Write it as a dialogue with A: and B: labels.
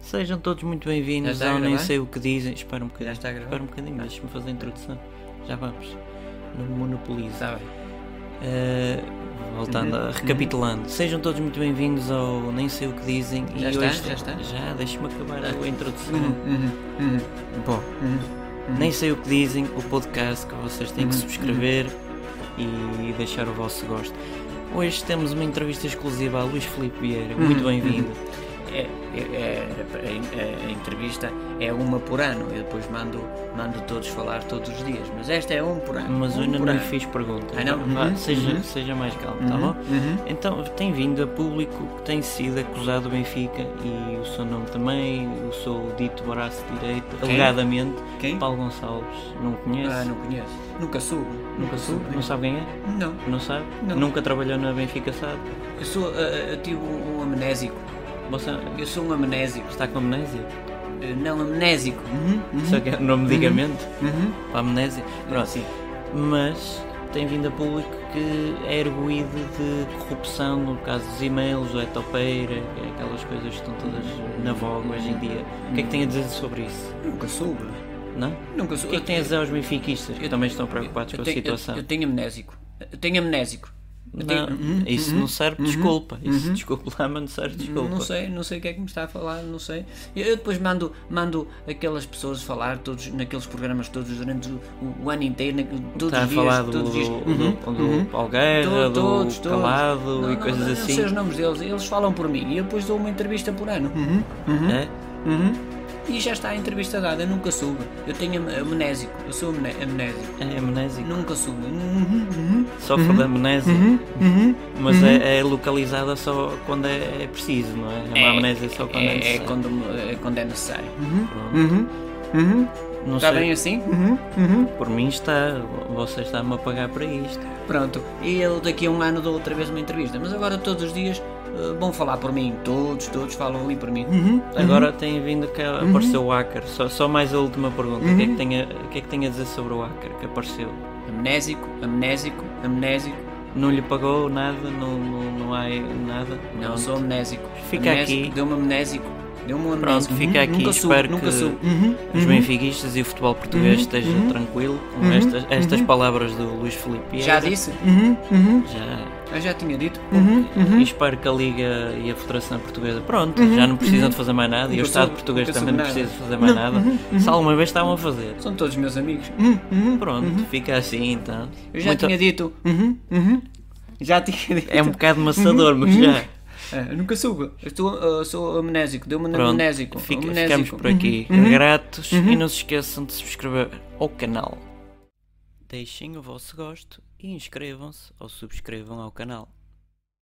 A: Sejam todos muito bem-vindos
B: Já está a
A: ao Nem
B: gravar?
A: Sei O Que Dizem. Espera um
B: Já
A: bocadinho,
B: está a gravar? Tá.
A: espera um bocadinho, deixa-me fazer a introdução. Já vamos. Não me monopolizo.
B: Está bem.
A: Uh, voltando,
B: Uhum,
A: a- recapitulando. Sejam todos muito bem-vindos ao Nem Sei O Que Dizem.
B: Já
A: e
B: está?
A: hoje...
B: Já está? Uhum.
A: Já, deixa-me acabar a introdução.
B: Bom. uhum.
A: Nem Sei O Que Dizem, o podcast que vocês têm que subscrever e deixar o vosso gosto. Hoje temos uma entrevista exclusiva a Luís Filipe Vieira.
B: Uhum.
A: Muito bem-vindo.
B: É, é- é- a entrevista é uma por ano. Eu depois mando, mando todos falar todos os dias. Mas esta é um por ano.
A: Mas eu
B: um
A: ainda
B: por
A: não lhe
B: ano.
A: fiz perguntas.
B: Ah, não?
A: Vá,
B: Uhum,
A: seja,
B: uhum.
A: seja mais calmo, tá bom? Então, tem vindo a público que tem sido acusado do Benfica e o seu nome também, o seu dito braço direito,
B: Quem?
A: alegadamente,
B: Quem?
A: Paulo Gonçalves. Não o conhece?
B: Ah, não conheço. Nunca soube.
A: Nunca soube? Não sabe quem é?
B: Não.
A: Não sabe?
B: Não.
A: Nunca trabalhou na Benfica, sabe?
B: Eu sou. ah, eu tive um amnésico.
A: Você
B: Eu sou um amnésico.
A: está com amnésia?
B: Eh, Não amnésico.
A: Isso é que é o nome de ligamento?
B: Uhum.
A: Para a amnésia? Pronto.
B: Hum? Sim.
A: mas tem vindo a público que é erguido de corrupção no caso dos e-mails, do etopeira, aquelas coisas que estão todas na voga hoje em dia. O que é que tem a dizer sobre isso?
B: Nunca soube.
A: Não?
B: Nunca
A: O
B: soube.
A: que é que tem a dizer aos benfiquistas que também estão preocupados
B: Eu
A: com a
B: tenho- eu-
A: situação?
B: Eu, tenho amnésico. Eu tenho amnésico. Eu tenho- Uhum,
A: Não, isso não serve de desculpa. Isso desculpa lá, mas não serve de desculpa.
B: Não sei, não sei o que é que me está a falar, não sei. Eu, eu depois mando, mando aquelas pessoas falar todos naqueles programas todos durante o, o- o ano inteiro, na, todos
A: Está a
B: os dias,
A: falar do,
B: todos os dias.
A: do,
B: Uhum.
A: do, do Palgueira,
B: To-
A: do
B: todos, todos.
A: Calado
B: Não,
A: e
B: não,
A: coisas
B: não,
A: assim.
B: Eu sei os nomes deles, eles falam por mim e eu depois dou uma entrevista por ano.
A: É?
B: E já está a entrevista dada, eu nunca soube. Eu tenho am- amnésico, eu sou amné- amnésico.
A: É amnésico.
B: Nunca soube.
A: Uhum.
B: Uhum,
A: Sofre de amnésia. Mas É, é localizada só quando é, é preciso, não é? É uma amnésia só quando é,
B: é, é
A: necessário. Uhum.
B: quando, é quando é necessário.
A: Não
B: Está
A: sei,
B: bem assim?
A: por mim está, você está-me a pagar para isto.
B: Pronto, e eu daqui a um ano dou outra vez uma entrevista, mas agora todos os dias eh, vão falar por mim, todos, todos falam ali por mim.
A: Uhum. Agora
B: Uhum.
A: tem vindo cá, apareceu o hacker. Só, só mais a última pergunta. O, que é
B: Uhum.
A: que tem a, o que é que tem a dizer sobre o hacker que apareceu?
B: Amnésico, amnésico, amnésico,
A: Não lhe pagou nada? Não, não, não há nada?
B: não, sou amnésico.
A: Fica
B: Amnésico,
A: aqui.
B: Deu-me amnésico, deu-me um
A: Pronto,
B: amnésico.
A: fica aqui.
B: Nunca soube,
A: Espero
B: nunca
A: que Uhum.
B: soube.
A: os
B: Uhum.
A: benfiquistas e o futebol português estejam tranquilo com estas, estas palavras do Luís Filipe.
B: Uhum. Já
A: Vieira.
B: disse?
A: Uhum.
B: Uhum.
A: Já.
B: Eu já tinha dito.
A: E espero que a Liga e a Federação Portuguesa, pronto, já não precisam de fazer mais nada e o
B: Uhum. Nunca
A: Estado
B: soube-
A: português
B: nunca
A: também não
B: soube Uhum.
A: precisa de fazer mais nada. Se alguma vez estavam a fazer.
B: São todos meus amigos.
A: Pronto, fica assim então.
B: Uhum. Eu
A: Uhum.
B: já
A: Muito- Uhum.
B: tinha dito. Já tinha dito.
A: É um bocado maçador,
B: Uhum,
A: mas já.
B: É, nunca soube. Eu estou, eh, sou amnésico, deu-me
A: Pronto,
B: amnésico.
A: fica-
B: amnésico. Uhum.
A: ficamos por aqui. Gratos e não se esqueçam de subscrever ao canal. Deixem o vosso gosto e inscrevam-se ou subscrevam ao canal.